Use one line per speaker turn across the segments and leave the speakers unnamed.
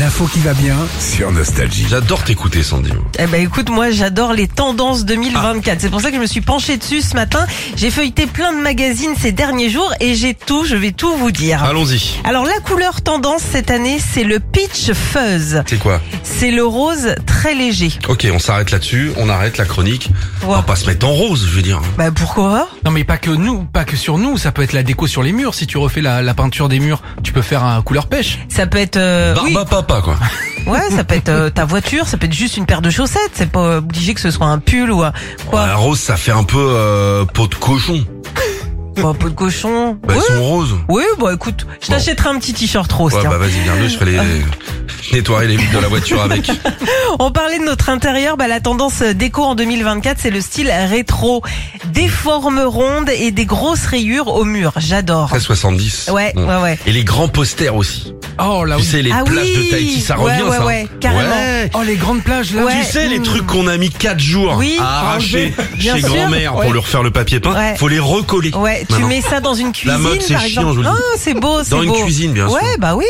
L'info qui va bien
sur Nostalgie.
J'adore t'écouter, Sandy.
Eh ben écoute, moi j'adore les tendances 2024. C'est pour ça que je me suis penchée dessus ce matin. J'ai feuilleté plein de magazines ces derniers jours et j'ai tout, je vais tout vous dire.
Allons-y.
Alors la couleur tendance cette année, c'est le peach fuzz.
C'est quoi
C'est le rose très léger.
Ok, on s'arrête là-dessus, on arrête la chronique. On va
Wow.
pas se mettre en rose, je veux dire.
Bah pourquoi
Non mais pas que nous, pas que sur nous, ça peut être la déco sur les murs. Si tu refais la, la peinture des murs, tu peux faire un couleur pêche.
Ça peut être euh, oui,
Barba papa, quoi.
ouais, ça peut être euh, ta voiture, ça peut être juste une paire de chaussettes, c'est pas obligé que ce soit un pull ou un quoi,
Un Bah, rose, ça fait un peu euh, peau de cochon.
Bon, un pot de cochon.
Bah,
oui,
Ils sont roses.
oui, bon écoute, je t'achèterai un petit t-shirt rose.
Ouais,
tiens.
bah vas-y, viens-le, je ferai les... je nettoierai les vitres de la voiture avec.
On parlait de notre intérieur, bah, la tendance déco en 2024, c'est le style rétro. Des formes rondes et des grosses rayures au mur. J'adore.
Très 70.
Ouais,
Bon.
ouais, ouais.
Et les grands posters aussi.
Oh là
Tu
oui.
sais, les
Ah
plages
oui
de Tahiti, ça
Ouais,
revient,
ouais,
ça.
ouais, carrément.
Ouais.
Oh les grandes plages là.
Ouais. Mmh.
Tu sais, les trucs qu'on a mis 4 jours
Oui,
à
à
arracher
enlever. Bien
chez
sûr.
grand-mère pour
Ouais.
leur faire le papier peint,
Ouais.
faut les recoller.
Ouais, tu
Maintenant.
mets ça dans une cuisine,
La mode, c'est
par
chiant,
exemple.
je vous le dis.
Ah, c'est beau, c'est beau.
Dans une cuisine, bien
ouais,
sûr. Mm.
bah oui.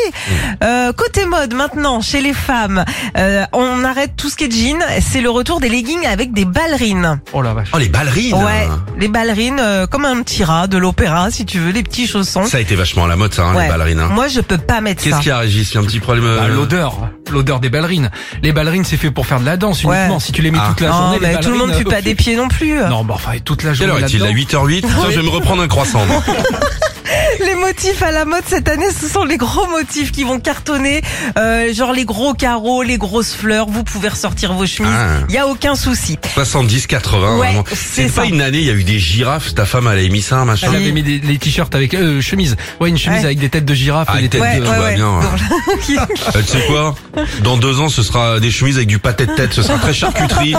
Euh, côté mode, maintenant, chez les femmes, euh, on arrête tout ce qui est jean. C'est le retour des leggings avec des ballerines.
Oh la vache.
Oh, les ballerines
Ouais, les ballerines, euh, comme un petit rat de l'opéra, si tu veux, les petits chaussons.
Ça a été vachement à la mode, ça, hein,
Ouais.
les ballerines. hein.
Moi, je peux pas mettre ça.
Qu'est-ce qu'il y a, Régis Il y a un petit problème. euh,
Ah, l'odeur, l'odeur des ballerines. Les ballerines, c'est fait pour faire de la danse
Ouais.
uniquement. Si tu les mets
Ah.
toute la
Non,
journée, les
mais tout le monde
ballerines,
pue pas
euh,
des pieds non plus. hein.
Non, bah enfin, toute la
Quelle
journée.
heure est-il À
là-dedans.
8h08 Putain, Je vais me reprendre un croissant. moi.
Les motifs à la mode cette année, ce sont les gros motifs qui vont cartonner, euh, genre les gros carreaux, les grosses fleurs. Vous pouvez ressortir vos chemises,
Ah.
il y a aucun souci.
70, 80.
Ouais,
vraiment.
c'est
C'est pas
ça.
une année, il y a eu des girafes. Ta femme, elle a émis ça, machin.
Elle avait mis des, les t-shirts avec euh, chemise. Ouais, une chemise
Ouais.
avec des têtes de girafe
Ah,
et des
une tête
têtes
de-
de.
tout va bien. ouais. Euh, tu sais quoi Dans deux ans, ce sera des chemises avec du pâté de tête. Ce sera très charcuterie.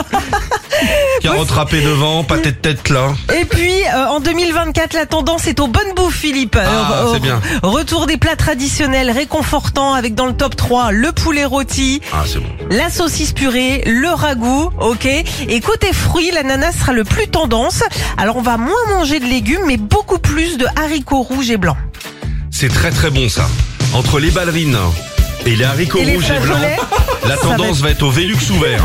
Carottes râpées devant, pâté de tête là.
Et puis euh, en 2024, la tendance est aux bonnes bouffes, Philippe.
Ah,
Euh,
c'est
euh,
bien.
Retour des plats traditionnels réconfortants avec dans le top 3 le poulet rôti,
Ah, c'est bon.
la saucisse purée, le ragoût, ok. Et côté fruits, l'ananas sera le plus tendance. Alors on va moins manger de légumes, mais beaucoup plus de haricots rouges et blancs.
C'est très très bon ça. Entre les ballerines et les haricots
Et les
rouges et blancs,
flageolets,
la
ça va
tendance va être au Vélux ouvert.